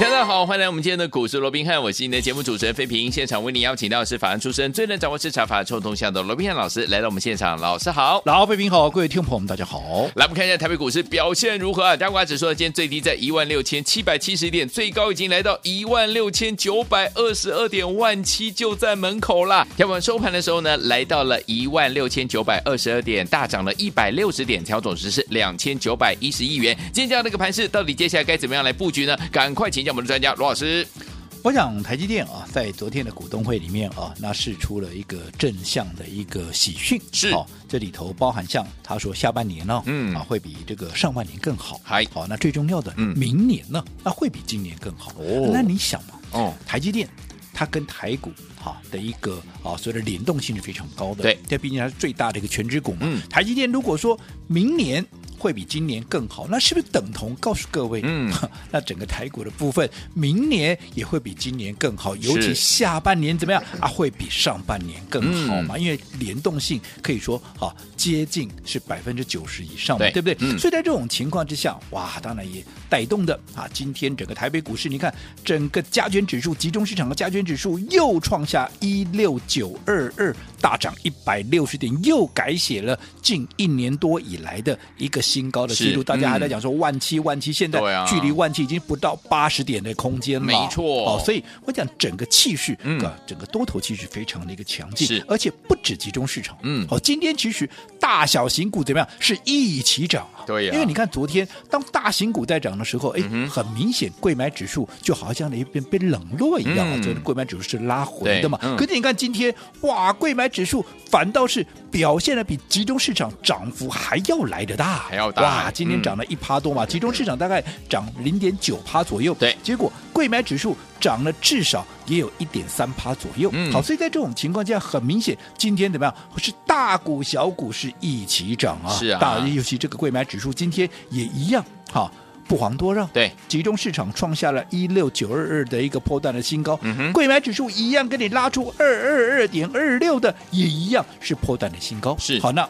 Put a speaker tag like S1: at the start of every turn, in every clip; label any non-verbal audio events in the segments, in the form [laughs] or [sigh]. S1: 大家好，欢迎来我们今天的股市罗宾汉，我是你的节目主持人费平。现场为你邀请到的是法案出身、最能掌握市场法案臭动向的罗宾汉老师来到我们现场，老师好。
S2: 老费平好，各位听众朋友们，大家好。
S1: 来，我们看一下台北股市表现如何啊？加权指数呢，今天最低在一万六千七百七十点，最高已经来到一万六千九百二十二点，万七就在门口啦。要不然收盘的时候呢，来到了一万六千九百二十二点，大涨了一百六十点，调总值是两千九百一十亿元。今天这样的一个盘势，到底接下来该怎么样来布局呢？赶快请教我们的专家罗老师。
S2: 我想台积电啊，在昨天的股东会里面啊，那是出了一个正向的一个喜讯，
S1: 是
S2: 好、这里头包含像他说下半年呢、
S1: 嗯
S2: 啊，会比这个上半年更好，
S1: 嗨
S2: 好、那最重要的，
S1: 嗯
S2: 明年呢，那会比今年更好。
S1: 哦
S2: 那你想嘛，
S1: 哦，
S2: 台积电它跟台股哈、的一个啊，所谓的联动性是非常高的。
S1: 对
S2: 这毕竟它是最大的一个全职股嘛。
S1: 嗯
S2: 台积电如果说明年会比今年更好，那是不是等同告诉各位，
S1: 嗯，
S2: [laughs] 那整个台股的部分明年也会比今年更好，尤
S1: 是
S2: 其下半年怎么样啊，会比上半年更好
S1: 嗯
S2: 嘛？因为联动性可以说哈、啊接近是百分之九十以上嘛，
S1: 对
S2: 对不对？
S1: 嗯
S2: 所以在这种情况之下，哇，当然也带动的啊，今天整个台北股市，你看整个加权指数、集中市场的加权指数又创下一六九二二，大涨一百六十点，又改写了近一年多以来的一个新高的记
S1: 是
S2: 录。大家还
S1: 嗯
S2: 在讲说万七万七，现在
S1: 对啊
S2: 距离万七已经不到八十点的空间了，
S1: 没错
S2: 哦，所以我讲整个气势，
S1: 嗯
S2: 啊，整个多头气势非常的一个强劲
S1: 是，
S2: 而且不止集中市场，
S1: 嗯
S2: 哦，今天其实大小型股怎么样是一起涨啊，
S1: 对呀嗯
S2: 因为你看昨天当大型股在涨的时候，哎，很明显贵买指数就好像一边被冷落一样啊，
S1: 嗯
S2: 昨天贵买指数是拉回的嘛
S1: 对嗯，
S2: 可是你看今天哇，贵买指数反倒是表现的比集中市场涨幅还要来得大，
S1: 还要大
S2: 哇，今天
S1: 嗯
S2: 涨了一趴多嘛，集中市场大概涨零点九趴左右，
S1: 对
S2: 结果贵买指数涨了至少也有一点三趴左右。
S1: 嗯
S2: 好，所以在这种情况下，很明显，今天怎么样？是大股小股是一起涨啊，
S1: 是啊
S2: 大尤其这个贵买指数今天也一样，哈、不遑多让，
S1: 对，
S2: 集中市场创下了一六九二二的一个波段的新高，
S1: 嗯哼
S2: 贵买指数一样跟你拉出二二二点二六的，也一样是波段的新高。
S1: 是
S2: 好，那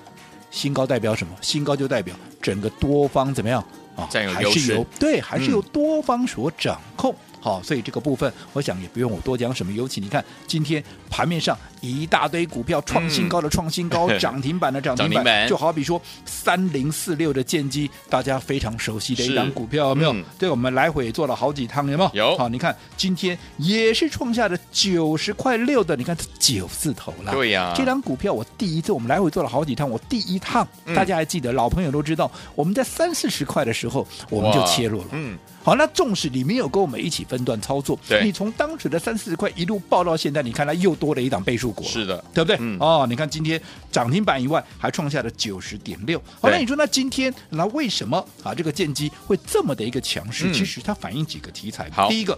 S2: 新高代表什么？新高就代表整个多方怎么样啊？
S1: 占有
S2: 还
S1: 优势
S2: 是由对，还是
S1: 嗯
S2: 由多方所掌控。好，所以这个部分，我想也不用我多讲什么。尤其你看，今天盘面上一大堆股票创新高的创新高，涨停板的涨
S1: 嗯涨
S2: 停
S1: 停板
S2: 板，就好比说三零四六的剑机，大家非常熟悉的一档
S1: 是
S2: 股票，有没有？
S1: 嗯
S2: 对，我们来回也做了好几趟，有没有？
S1: 有
S2: 好，你看今天也是创下了九十块六的，你看九字头了。
S1: 对啊呀、
S2: 这张股票我第一次，我们来回做了好几趟。我第一趟，
S1: 嗯
S2: 大家还记得，老朋友都知道，我们在三四十块的时候，我们就
S1: 哇
S2: 切入了。
S1: 嗯，
S2: 好，那纵使你没有跟我们一起分段操作，
S1: 对
S2: 你从当时的三四十块一路报到现在，你看它又多了一档倍数股了，
S1: 是的，
S2: 对不对？
S1: 嗯
S2: 哦，你看今天涨停板以外还创下了九十点六。好，
S1: 对
S2: 那你说那今天那为什么啊这个剑机会这么的一个强势？
S1: 嗯
S2: 其实它反映几个题材，
S1: 好
S2: 第一个。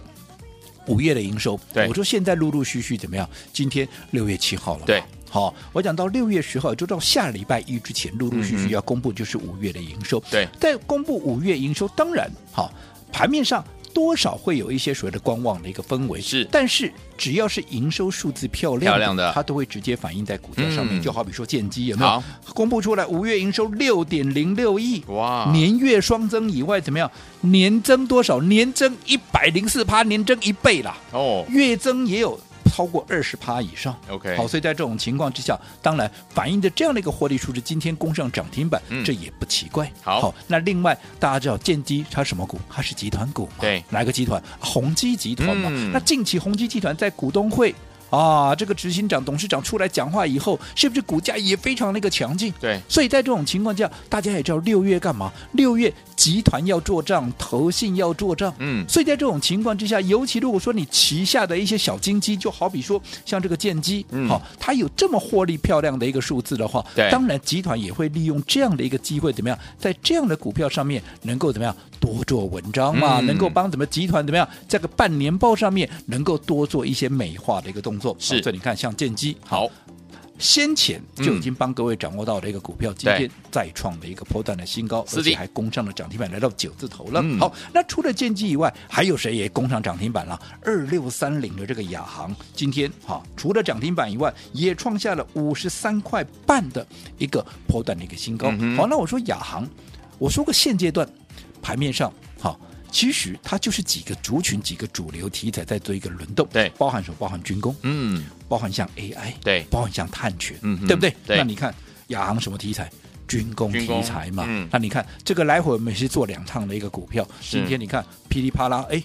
S2: 五月的营收，
S1: 对
S2: 我说现在陆陆续续怎么样？今天六月七号了嘛，
S1: 对
S2: 好、我讲到六月十号，就到下礼拜一之前，陆陆续
S1: 嗯哼
S2: 续要公布就是五月的营收。
S1: 对，
S2: 在公布五月营收，当然好，盘面上多少会有一些所谓的观望的一个氛围，
S1: 是
S2: 但是只要是营收数字漂亮
S1: 漂亮的
S2: 它都会直接反映在股价上面。
S1: 嗯
S2: 就好比说建机有没有
S1: 好
S2: 公布出来五月营收六点零六亿，
S1: 哇
S2: 年月双增以外怎么样？年增多少？年增一百零四趴，年增一倍啦。
S1: 哦，
S2: 月增也有超过二十趴以上。
S1: OK
S2: 好，所以在这种情况之下，当然反映着这样的一个获利数值，今天攻上涨停板，
S1: 嗯
S2: 这也不奇怪。
S1: 好
S2: 那另外大家知道建机它什么股？它是集团股嘛？
S1: 对
S2: 哪个集团？宏基集团嘛。
S1: 嗯
S2: 那近期宏基集团在股东会。啊，这个执行长、董事长出来讲话以后，是不是股价也非常那个强劲？
S1: 对，
S2: 所以在这种情况下，大家也知道六月干嘛？六月集团要做账，投信要做账，
S1: 嗯
S2: 所以在这种情况之下，尤其如果说你旗下的一些小金鸡，就好比说像这个剑鸡，好、
S1: 嗯
S2: 它有这么获利漂亮的一个数字的话
S1: 对，
S2: 当然集团也会利用这样的一个机会，怎么样，在这样的股票上面能够怎么样多做文章嘛，
S1: 嗯
S2: 能够帮怎么集团怎么样，在个半年报上面能够多做一些美化的一个动作。啊
S1: 是
S2: 哦所以你看像剑鸡
S1: 好，
S2: 先前就已
S1: 嗯
S2: 经帮各位掌握到了一个股票，今天再创了一个波段的新高，
S1: 是的
S2: 而且还攻上了涨停板，来到九字头了。
S1: 嗯
S2: 好，那除了建机以外，还有谁也攻上涨停板了？二六三零的这个亚航，今天哈、除了涨停板以外，也创下了五十三块半的一个波段的一个新高。
S1: 嗯哼
S2: 好，那我说亚航，我说过现阶段盘面上哈。其实它就是几个族群、几个主流题材在做一个轮动，
S1: 对
S2: 包含什么？包含军工，
S1: 嗯，
S2: 包含像 AI，
S1: 对
S2: 包含像碳权，
S1: 嗯哼
S2: 对不对？
S1: 对
S2: 那你看亚航什么题材？军工
S1: 军
S2: 题
S1: 工
S2: 材嘛，
S1: 嗯
S2: 那你看这个来回我们也是做两趟的一个股票，
S1: 是
S2: 今天你看噼里啪啦，哎，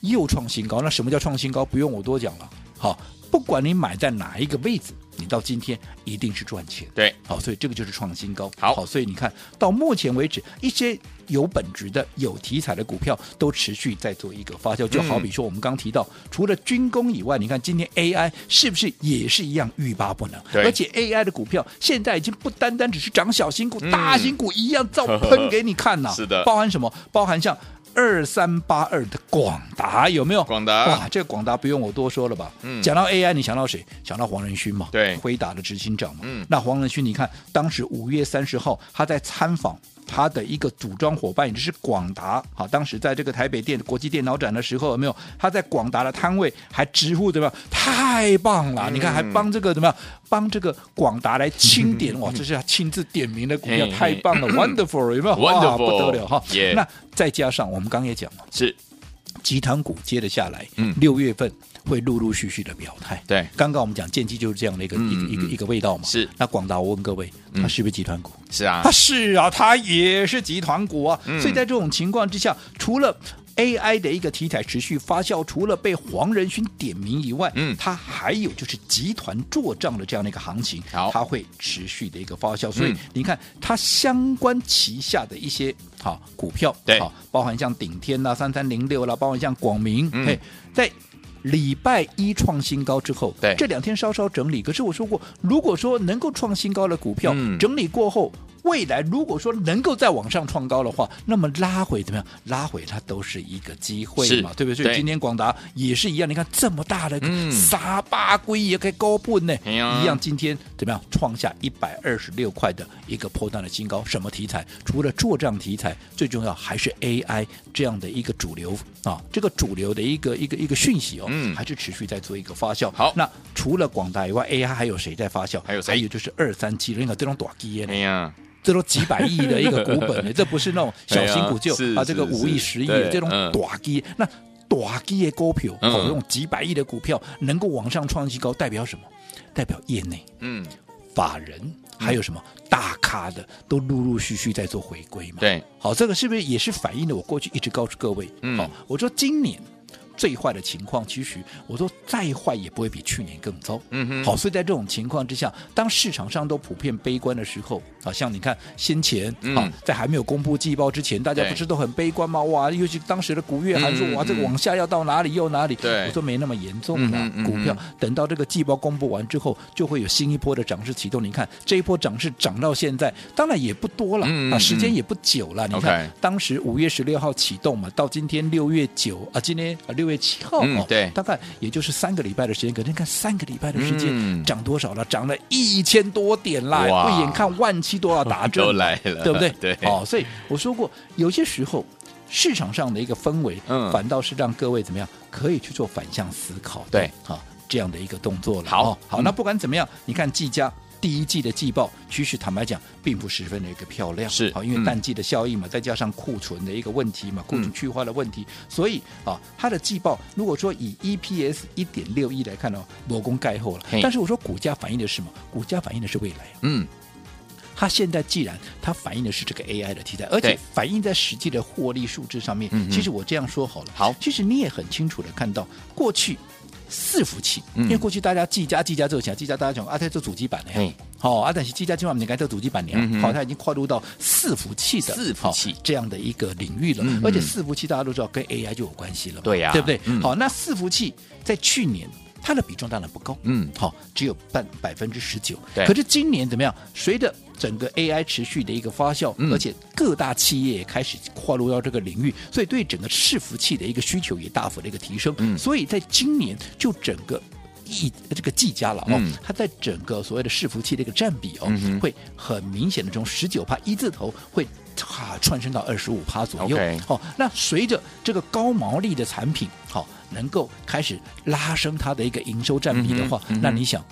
S2: 又创新高。那什么叫创新高？不用我多讲了。好，不管你买在哪一个位置，你到今天一定是赚钱。
S1: 对，
S2: 好，所以这个就是创新高。
S1: 好
S2: 所以你看到目前为止，一些有本质的、有题材的股票都持续在做一个发酵。就好
S1: 嗯
S2: 比说我们刚提到，除了军工以外，你看今天 AI 是不是也是一样欲罢不能？
S1: 对
S2: 而且 AI 的股票现在已经不单单只是涨小型股、
S1: 嗯
S2: 大型股一样照喷给你看呐、
S1: [laughs] 是的
S2: 包含什么？包含像。二三八二的广达有没有？
S1: 广达
S2: 哇，这个广达不用我多说了吧？
S1: 嗯
S2: 讲到 AI，你想到谁？想到黄仁勋嘛？
S1: 对
S2: 辉达的执行长嘛。
S1: 嗯
S2: 那黄仁勋，你看当时五月三十号，他在参访。他的一个组装伙伴，也就是广达，好，当时在这个台北电国际电脑展的时候，有没有？他在广达的摊位还直呼怎么样？太棒了！你看，
S1: 嗯
S2: 还帮这个怎么样？帮这个广达来
S1: [laughs]
S2: 清点，哇，这是他亲自点名的股票，
S1: 嘿嘿
S2: 太棒了，wonderful，有没有？哇
S1: [coughs] Wonderful，
S2: 不得了哈
S1: yeah！
S2: 那再加上我们刚刚也讲了，
S1: 是
S2: 集团股接了下来
S1: 嗯，
S2: 六月份会陆陆续续的表态。
S1: 对
S2: 刚刚我们讲建机就是这样的一个
S1: 嗯
S2: 一个一个
S1: 嗯
S2: 一个味道嘛。
S1: 是嗯
S2: 那广达，我问各位，它是不是集团股？
S1: 是啊
S2: 它，是啊，它也是集团股啊。
S1: 嗯
S2: 所以在这种情况之下，除了 AI 的一个题材持续发酵，除了被黄仁勋点名以外，
S1: 嗯
S2: 它还有就是集团做账的这样的一个行情，
S1: 好
S2: 它会持续的一个发酵。所以
S1: 嗯
S2: 你看，它相关旗下的一些好、股票，
S1: 对
S2: 好、包含像顶天啦、三三零六啦，包含像广明，
S1: 嗯
S2: 嘿，在。礼拜一创新高之后，
S1: 对
S2: 这两天稍稍整理。可是我说过，如果说能够创新高的股票，
S1: 嗯
S2: 整理过后，未来如果说能够再往上创高的话，那么拉回怎么样？拉回它都是一个机会
S1: 是
S2: 嘛，对不对？所
S1: 对
S2: 以今天广达也是一样，你看这么大的
S1: 嗯
S2: 沙巴龟也可以高本呢，
S1: 哎呀
S2: 一样今天怎么样创下一百二十六块的一个波段的新高？什么题材？除了做账题材，最重要还是 AI 这样的一个主流啊，这个主流的一个一个一个讯息哦，
S1: 嗯
S2: 还是持续在做一个发酵。
S1: 好
S2: 那除了广达以外，AI 还有谁在发酵？
S1: 还有谁
S2: 还有就是二三七零，你看这种短基耶呢
S1: 哎。呀，
S2: 这都几百亿的一个股
S1: [laughs]
S2: 本呢，这不是那种小型股
S1: 哎
S2: 就
S1: 呀是
S2: 啊，这个
S1: 是
S2: 五亿、
S1: 是
S2: 十亿
S1: 对
S2: 这种
S1: 嗯
S2: 短基，那短基的股票，
S1: 嗯
S2: 哦，这种几百亿的股票能够往上创新高，代表什么？代表业内
S1: 嗯，
S2: 法人还有什么大咖的都陆陆续续在做回归嘛？，
S1: 对，
S2: 好，这个是不是也是反映了我过去一直告诉各位？
S1: 嗯
S2: 好，我说今年最坏的情况，其实我说再坏也不会比去年更糟。
S1: 嗯哼，
S2: 好，所以在这种情况之下，当市场上都普遍悲观的时候，啊，像你看先前
S1: 嗯
S2: 啊，在还没有公布季报之前，大家
S1: 对
S2: 不是都很悲观吗？哇，尤其当时的古月还说
S1: 嗯，
S2: 哇，这
S1: 嗯
S2: 个往下要到哪里又哪里。
S1: 对
S2: 我说没那么严重
S1: 嗯
S2: 啦
S1: 哼嗯，
S2: 股票
S1: 哼
S2: 等到这个季报公布完之后，就会有新一波的涨势启动。你看这一波涨势涨到现在，当然也不多了
S1: 嗯嗯
S2: 啊，
S1: 嗯
S2: 时间也不久了。你
S1: OK
S2: 看当时五月十六号启动嘛，到今天六月九啊，今天啊六月七号
S1: 嗯
S2: 哦，
S1: 对
S2: 大概也就是三个礼拜的时间，可是你看三个礼拜的时间，
S1: 嗯
S2: 涨多少了？涨了一千多点啦！
S1: 哇
S2: 不眼看万七都
S1: [laughs]
S2: 要打针，
S1: 都来了
S2: 对不对？
S1: 对
S2: 哦，所以我说过，有些时候市场上的一个氛围，
S1: 嗯
S2: 反倒是让各位怎么样，可以去做反向思考，
S1: 对，
S2: 好、这样的一个动作了。
S1: 好
S2: 哦好，
S1: 嗯
S2: 那不管怎么样，你看技嘉。第一季的季报，其实坦白讲，并不十分的一个漂亮，
S1: 是
S2: 好，
S1: 嗯
S2: 因为淡季的效应嘛，再加上库存的一个问题嘛，库存去化的问题，所以啊，它的季报如果说以 EPS 一点六亿来看哦，魔功盖后了
S1: 嘿，
S2: 但是我说股价反映的是什么？股价反映的是未来啊。
S1: 嗯，
S2: 它现在既然它反映的是这个 AI 的题材，而
S1: 对
S2: 且反映在实际的获利数字上面
S1: 嗯嗯，
S2: 其实我这样说好了。
S1: 好
S2: 其实你也很清楚的看到过去。伺服器，
S1: 嗯
S2: 因为过去大家技嘉、技嘉做起来，技嘉大家讲啊，在做主机板的
S1: 嘿
S2: 呀，好、啊，但是技嘉今晚你该做主机板的呀
S1: 嗯哼，
S2: 好、它已经跨入到伺服器的
S1: 伺服器
S2: 好这样的一个领域了，
S1: 嗯哼
S2: 而且伺服器大家都知道跟 AI 就有关系了嘛，
S1: 对呀
S2: 对不对？
S1: 嗯
S2: 好，那伺服器在去年它的比重当然不高，
S1: 嗯
S2: 好、只有半百分之十九，
S1: 对
S2: 可是今年怎么样？随着整个 AI 持续的一个发酵，
S1: 嗯
S2: 而且各大企业也开始跨入到这个领域，所以对整个伺服器的一个需求也大幅的一个提升。
S1: 嗯
S2: 所以在今年就整个。一这个技嘉了哦，
S1: 嗯
S2: 它在整个所谓的伺服器的一个占比哦，
S1: 嗯哼
S2: 会很明显的从十九趴一字头会。啊，窜升到二十五趴左右。
S1: OK
S2: 哦，那随着这个高毛利的产品，好、能够开始拉升它的一个营收占比的话，
S1: 嗯哼嗯哼
S2: 那你想，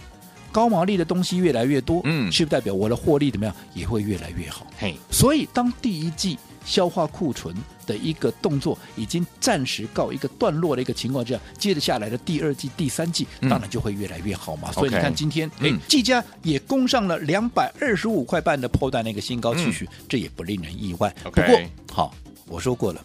S2: 高毛利的东西越来越多，
S1: 嗯
S2: 是不是代表我的获利怎么样也会越来越好？
S1: 嘿，
S2: 所以，当第一季消化库存的一个动作已经暂时告一个段落的一个情况之下，接着下来的第二季、第三季
S1: 嗯
S2: 当然就会越来越好嘛。所以
S1: OK
S2: 你看今天，哎、
S1: 嗯
S2: 技嘉也攻上了两百二十五块半的破蛋那个新高继续，这也不令人意外。
S1: 嗯 OK
S2: 不过，好，我说过了。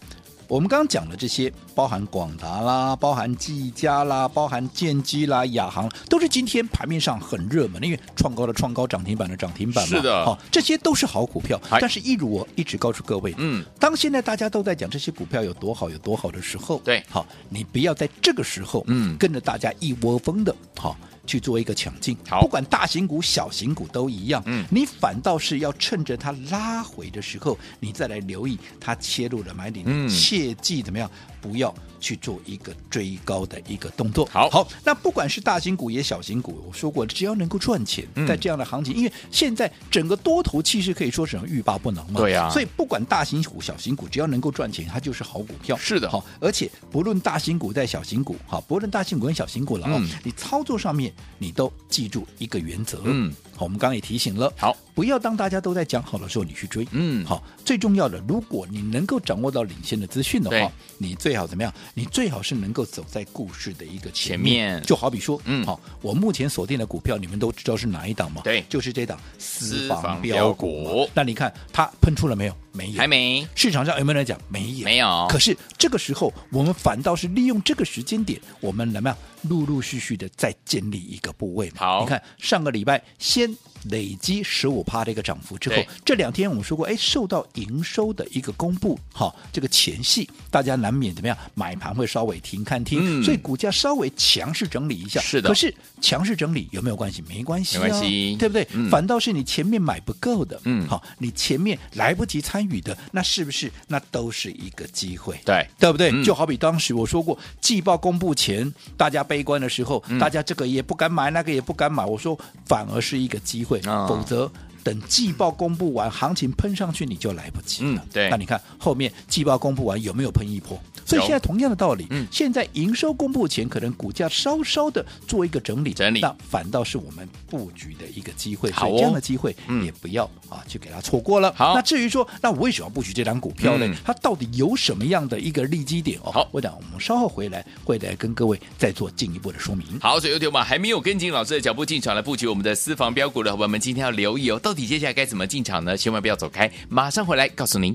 S2: 我们刚刚讲的这些，包含广达啦，包含技嘉啦，包含建机啦、亚航，都是今天盘面上很热门的，因为创高的创高，涨停板的涨停板嘛。
S1: 是的
S2: 好、哦这些都是好股票
S1: 哎。
S2: 但是，一如我一直告诉各位，
S1: 嗯，
S2: 当现在大家都在讲这些股票有多好、有多好的时候，
S1: 对
S2: 好，你不要在这个时候，
S1: 嗯
S2: 跟着大家一窝蜂的，好。去做一个抢进，
S1: 好
S2: 不管大型股、小型股都一样。
S1: 嗯
S2: 你反倒是要趁着它拉回的时候，你再来留意它切入的买点，
S1: 嗯
S2: 切记怎么样，不要去做一个追高的一个动作。
S1: 好
S2: 好，那不管是大型股也小型股，我说过，只要能够赚钱，
S1: 嗯
S2: 在这样的行情，因为现在整个多头气势可以说是欲罢不能嘛。
S1: 对呀
S2: 所以不管大型股、小型股，只要能够赚钱，它就是好股票。
S1: 是的
S2: 好，而且不论大型股在小型股，好，不论大型股跟小型股了哦，
S1: 嗯
S2: 你操作上面你都记住一个原则。
S1: 嗯，
S2: 好，我们刚刚也提醒了，
S1: 好，
S2: 不要当大家都在讲好的时候你去追。
S1: 嗯
S2: 好，最重要的，如果你能够掌握到领先的资讯的
S1: 对
S2: 话，你最好怎么样？你最好是能够走在故事的一个前面。
S1: 前面
S2: 就好比说，
S1: 嗯
S2: 好，我目前锁定的股票，你们都知道是哪一档吗？
S1: 对
S2: 就是这档
S1: 私
S2: 私
S1: 房
S2: 房
S1: 标
S2: 标
S1: 股
S2: 股嘛。那你看它喷出了没有？没有，
S1: 还。没，
S2: 市场上有没有人讲？没有，
S1: 没有
S2: 可是这个时候，我们反倒是利用这个时间点，我们怎么样？陆陆续续的再建立一个部位嘛。
S1: 好
S2: 你看上个礼拜先累积十五趴的一个涨幅之后
S1: 对，
S2: 这两天我们说过，哎，受到营收的一个公布，好、这个前戏，大家难免怎么样？买盘会稍微停看听，
S1: 嗯
S2: 所以股价稍微强势整理一下。
S1: 是的
S2: 可是强势整理有没有关系？没关系、啊，
S1: 没关系
S2: 对不对？
S1: 嗯
S2: 反反倒是你前面买不够的，
S1: 嗯
S2: 好，你前面来不及参与的，那是不是那都是一个机会？
S1: 对，
S2: 对不对？
S1: 嗯
S2: 就好比当时我说过，季报公布前，大家悲观的时候，
S1: 嗯
S2: 大家这个也不敢买，那个也不敢买。我说，反而是一个机会，
S1: 啊
S2: 否则等季报公布完，行情喷上去你就来不及了。
S1: 嗯对
S2: 那你看后面季报公布完有没有喷一波？所以
S1: 有
S2: 现在同样的道理，
S1: 嗯
S2: 现在营收公布前，可能股价稍稍的做一个整理，
S1: 整理
S2: 那反倒是我们布局的一个机会。
S1: 好哦
S2: 所以这样的机会
S1: 嗯
S2: 也不要、啊，去给它错过了。
S1: 好
S2: 那至于说，那我为什么要布局这张股票呢？
S1: 嗯
S2: 它到底有什么样的一个利基点哦？
S1: 好
S2: 我讲我们稍后回来会来跟各位再做进一步的说明。
S1: 好，所以有听友们还没有跟紧老师的脚步进场来布局我们的私房标股的伙伴们，今天要留意哦，到底接下来该怎么进场呢？千万不要走开，马上回来告诉您。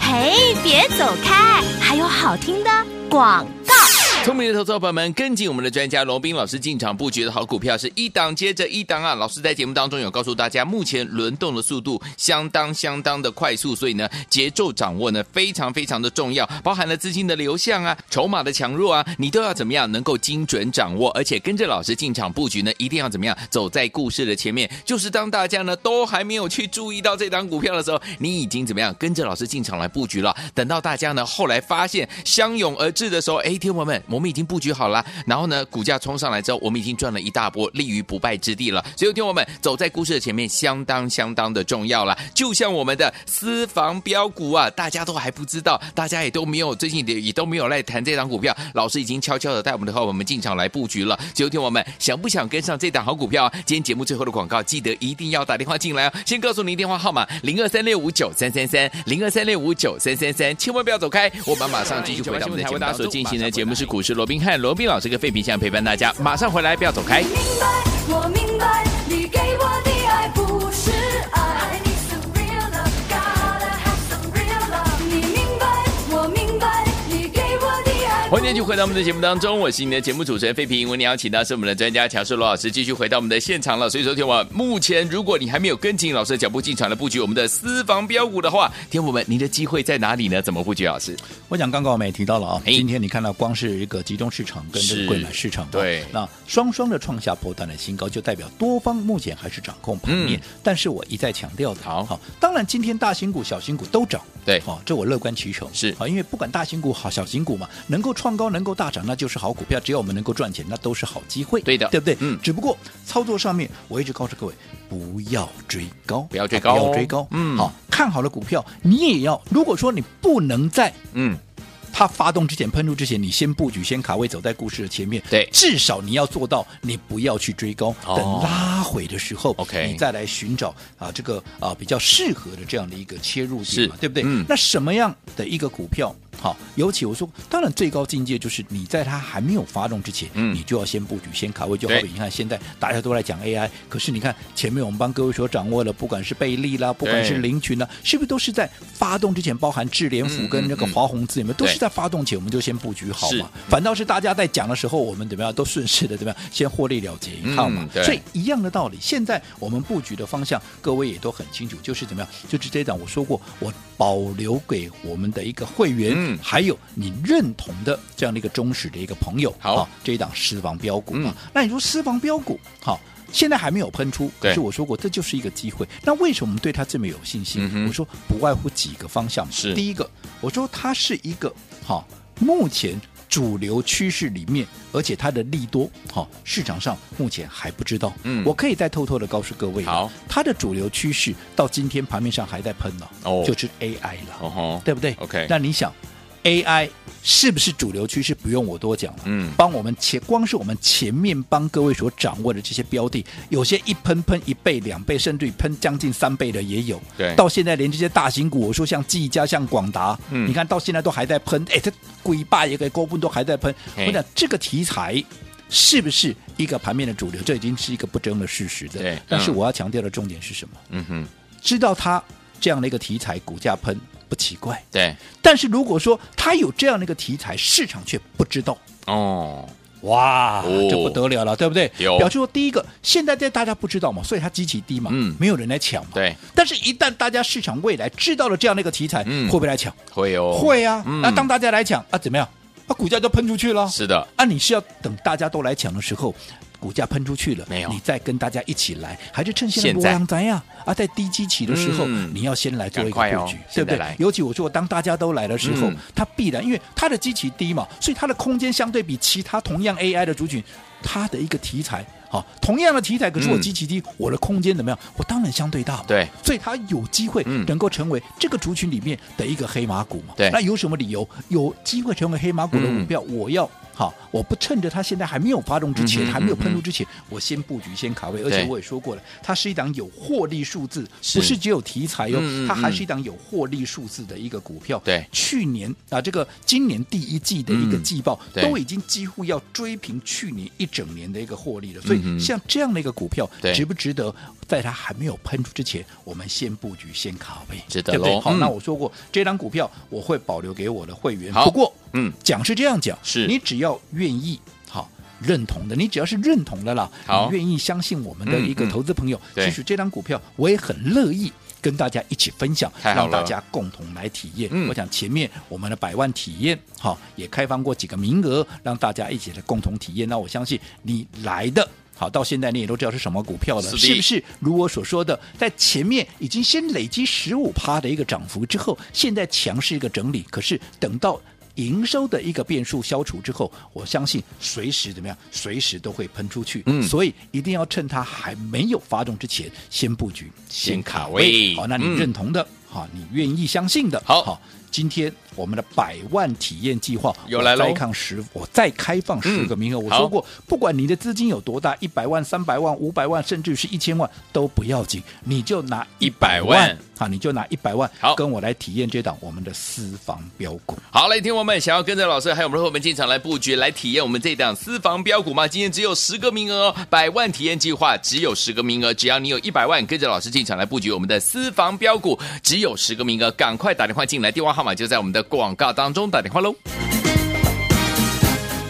S3: 嘿，别走开，还有好听的广告。
S1: 聪明的投资者朋友们，跟紧我们的专家罗斌老师进场布局的好股票是一档接着一档啊！老师在节目当中有告诉大家，目前轮动的速度相当相当的快速，所以呢，节奏掌握呢非常非常的重要，包含了资金的流向啊、筹码的强弱啊，你都要怎么样能够精准掌握，而且跟着老师进场布局呢，一定要怎么样走在故事的前面，就是当大家呢都还没有去注意到这档股票的时候，你已经怎么样跟着老师进场来布局了。等到大家呢后来发现相拥而至的时候，哎，天友们，我们已经布局好了，然后呢股价冲上来之后，我们已经赚了一大波，立于不败之地了。所以，天友们走在故事的前面，相当相当的重要了。就像我们的私房标股啊，大家都还不知道，大家也都没有最近也也都没有来谈这档股票，老师已经悄悄的带我们的伙伴们进场来布局了。所以，天友们想不想跟上这档好股票啊？今天节目最后的广告，记得一定要打电话进来哦。先告诉您电话号码：零二三六五九三三三，零二三六五九三三三，千万不要走开，我们马上继续回到我们的节目当中。所进行的节目是股市罗宾汉，罗宾老师跟费平现在陪伴大家，马上回来，不要走开。
S4: 明白，我明白，你给我的爱不是爱。I need some real love, gotta have some real love。你明白，我明白，你给我的爱。
S1: 欢迎继续回到我们的节目当中，我是你的节目主持人费平。为你邀请到是我们的专家乔世罗老师，继续回到我们的现场了。所以，说，天我目前如果你还没有跟紧老师的脚步进场来布局我们的私房标股的话，天我们您的机会在哪里呢？怎么布局，老师？
S2: 我讲刚刚我们也提到了啊，
S1: 哎
S2: 今天你看到光是一个集中市场跟这
S1: 是
S2: 个贵买市场啊，
S1: 对
S2: 那双双的创下波段的新高，就代表多方目前还是掌控盘面。
S1: 嗯
S2: 但是我一再强调的，
S1: 好
S2: 当然今天大型股、小型股都涨，
S1: 对
S2: 好、这我乐观其成，
S1: 是
S2: 好、因为不管大型股好、小型股嘛，能够创高能够大涨，那就是好股票；只要我们能够赚钱，那都是好机会。
S1: 对的
S2: 对不对？
S1: 嗯
S2: 只不过操作上面，我一直告诉各位，不要追高，哎
S1: 不要追高哦
S2: 不要追高。
S1: 嗯
S2: 好，看好的股票，你也要。如果说你不能在
S1: 嗯，
S2: 它发动之前、喷出之前，你先布局、先卡位，走在故事的前面。
S1: 对
S2: 至少你要做到，你不要去追高，
S1: 哦
S2: 等拉回的时候
S1: OK
S2: 你再来寻找啊这个啊比较适合的这样的一个切入
S1: 是
S2: 点嘛，对不对？
S1: 嗯
S2: 那什么样的一个股票？好，尤其我说，当然最高境界就是你在它还没有发动之前，
S1: 嗯
S2: 你就要先布局、先卡位，就好
S1: 对
S2: 比你看现在大家都在讲 AI，可是你看前面我们帮各位所掌握的，不管是贝利啦，不管是
S1: 对
S2: 林群啦，是不是都是在发动之前，包含智联
S1: 嗯
S2: 福跟那个
S1: 嗯嗯
S2: 华宏资有没有都
S1: 对
S2: 是在发动前我们就先布局好
S1: 是
S2: 嘛？反倒是大家在讲的时候，我们怎么样都顺势的怎么样先获利了结一趟嘛
S1: 嗯。对
S2: 所以一样的道理，现在我们布局的方向，各位也都很清楚，就是怎么样，就是这一档我说过，我保留给我们的一个会员，
S1: 嗯
S2: 还有你认同的这样的一个忠实的一个朋友，
S1: 好
S2: 啊这一档私房标股嘛。
S1: 嗯
S2: 那你说私房标股好？现在还没有喷出，可
S1: 对
S2: 是我说过这就是一个机会。那为什么我们对它这么有信心？
S1: 嗯哼
S2: 我说不外乎几个方向嘛，
S1: 是
S2: 第一个，我说它是一个好、目前主流趋势里面，而且它的利多好、市场上目前还不知道。
S1: 嗯
S2: 我可以再偷偷的告诉各位了，
S1: 好
S2: 它的主流趋势到今天盘面上还在喷呢、
S1: 哦
S2: 就是 AI 了，
S1: 哦吼，
S2: 对不对
S1: OK
S2: 那你想 AI 是不是主流趋势？不用我多讲了。
S1: 嗯
S2: 帮我们前光是我们前面帮各位所掌握的这些标的，有些一喷喷一倍、两倍，甚至于喷将近三倍的也有。
S1: 对
S2: 到现在连这些大型股，我说像技嘉、像广达，
S1: 嗯
S2: 你看到现在都还在喷，哎，这鬼霸也给高分都还在喷。
S1: 嘿
S2: 我讲这个题材。是不是一个盘面的主流？这已经是一个不争的事实的。
S1: 对
S2: 但是
S1: 嗯
S2: 我要强调的重点是什么？
S1: 嗯哼，
S2: 知道它这样的一个题材，股价喷不奇怪。
S1: 对，
S2: 但是如果说它有这样的一个题材，市场却不知道，
S1: 哦，
S2: 哇，
S1: 哦
S2: 这不得了了，对不对？
S1: 有
S2: 表示说，第一个，现在在大家不知道嘛，所以它极其低嘛，
S1: 嗯
S2: 没有人来抢嘛。
S1: 对，
S2: 但是，一旦大家市场未来知道了这样的一个题材，
S1: 嗯
S2: 会不会来抢？
S1: 会哦，
S2: 会啊。
S1: 嗯
S2: 那当大家来抢啊，怎么样？啊，股价就喷出去了。
S1: 是的，
S2: 啊，你是要等大家都来抢的时候，股价喷出去了，
S1: 没有
S2: 你再跟大家一起来，还是趁现在
S1: 现
S2: 波
S1: 在
S2: 浪灾呀？啊，在低基期的时候，
S1: 嗯
S2: 你要先来做一个
S1: 赶快哦
S2: 布局，对不
S1: 现在来
S2: 对？尤其我说，当大家都来的时候，
S1: 嗯
S2: 它必然因为它的基期低嘛，所以它的空间相对比其他同样 AI 的族群，它的一个题材。好，同样的题材，可是我
S1: 嗯
S2: 基期低，我的空间怎么样？我当然相对大嘛。
S1: 对，
S2: 所以它有机会
S1: 嗯
S2: 能够成为这个族群里面的一个黑马股嘛。
S1: 对嗯
S2: 那有什么理由有机会成为黑马股的股票，我要好，我不趁着它现在还没有发动之前，
S1: 嗯哼
S2: 还没有喷
S1: 嗯
S2: 出
S1: 哼
S2: 之前，我先布局，先卡位。而且我也说过了，它是一档有获利数字，
S1: 是
S2: 不是只有题材哟、
S1: 嗯嗯
S2: 它还
S1: 嗯
S2: 是一档有获利数字的一个股票。
S1: 对
S2: 去年啊，这个今年第一季的一个
S1: 嗯
S2: 季报、
S1: 对
S2: 都已经几乎要追平去年一整年的一个获利了。所
S1: 嗯
S2: 以
S1: 哼
S2: 像这样的一个股票，
S1: 对
S2: 值不值得在它还没有喷出之前，我们先布局、先卡位？
S1: 值得
S2: 对不对？
S1: 咯
S2: 好，
S1: 嗯
S2: 那我说过，这张股票我会保留给我的会员。
S1: 好
S2: 不过，
S1: 嗯，
S2: 讲是这样讲，
S1: 是
S2: 你只要愿意，好。认同的，你只要是认同的啦，
S1: 好
S2: 你愿意相信我们的一个
S1: 嗯嗯
S2: 投资朋友，
S1: 对
S2: 其实这张股票我也很乐意跟大家一起分享，
S1: 太好
S2: 让大
S1: 了
S2: 家共同来体验。
S1: 嗯
S2: 我想前面我们的百万体验，好、也开放过几个名额，让大家一起来共同体验。那我相信你来的。好，到现在你也都知道是什么股票了，
S1: 是的
S2: 是不是？如我所说的，在前面已经先累积十五趴的一个涨幅之后，现在强势一个整理，可是等到。营收的一个变数消除之后，我相信随时怎么样，随时都会喷出去。
S1: 嗯
S2: 所以一定要趁它还没有发动之前，先布局，
S1: 先卡位
S2: 好，那你
S1: 嗯
S2: 认同的，好，你愿意相信的，
S1: 好
S2: 今天我们的百万体验计划
S1: 又来
S2: 了，
S1: 喽
S2: 我再看十，我再开放十个名额。
S1: 嗯
S2: 我
S1: 好
S2: 说过，不管你的资金有多大，一百万、三百万、五百万，甚至是一千万都不要紧，你就拿一百
S1: 100万
S2: 万，好，你就拿一百万，
S1: 好
S2: 跟我来体验这档我们的私房标股。
S1: 好，来，听众朋友们，想要跟着老师还有我们的伙伴进场来布局、来体验我们这档私房标股吗？今天只有十个名额哦，百万体验计划只有十个名额，只要你有一百万，跟着老师进场来布局我们的私房标股，只有十个名额，赶快打电话进来，电话号码就在我们的广告当中，打电话喽。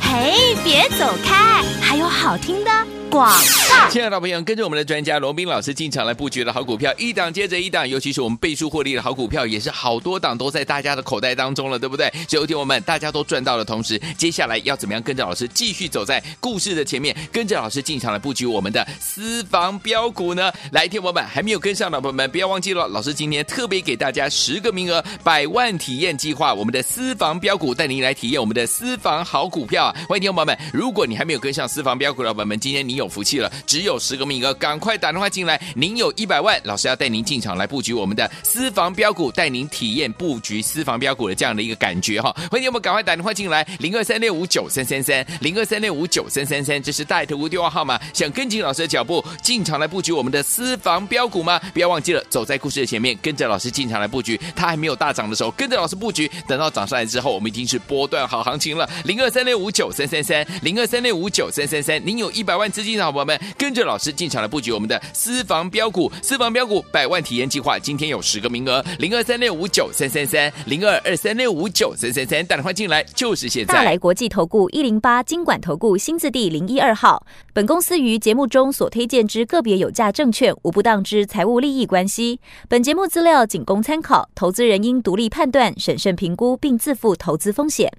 S3: 嘿，别走开，还有好听的广告。
S1: 亲爱的朋友，跟着我们的专家罗斌老师进场来布局的好股票，一档接着一档，尤其是我们倍数获利的好股票，也是好多档都在大家的口袋当中了，对不对？所以，有天我们大家都赚到的同时，接下来要怎么样跟着老师继续走在故事的前面，跟着老师进场来布局我们的私房标股呢？来，天我们还没有跟上的朋友们，不要忘记了，老师今天特别给大家十个名额百万体验计划，我们的私房标股带您来体验我们的私房好股票啊！欢迎听众朋友们，如果你还没有跟上私房标股的朋友们，今天你有福气了，只有十个名额，赶快打电话进来，您有一百万，老师要带您进场来布局我们的私房标股，带您体验布局私房标股的这样的一个感觉哈！欢迎听众朋友们赶快打电话进来，零二三六五九三三三，零二三六五九三三三，这是带头无电话号码，想跟紧老师的脚步，进场来布局我们的私房标股吗？不要忘记了，走在故事的前面，跟着老师进场来布局。它还没有大涨的时候，跟着老师布局，等到涨上来之后，我们已经是波段好行情了。零二三六五九三三三，零二三六五九三三三，您有一百万资金的好朋友们，跟着老师进场来布局我们的私房标股，私房标股百万体验计划，今天有十个名额，零二三六五九三三三，零二二三六五九三三三，打电话进来就是现
S5: 大
S1: 在。
S5: 来国际投顾一零八金管投顾新字第零一二号。本公司于节目中所推荐之个别有价证券，无不当之财务利益关系。本节目资料仅供参考，投资人应独立判断、审慎评估，并自负投资风险。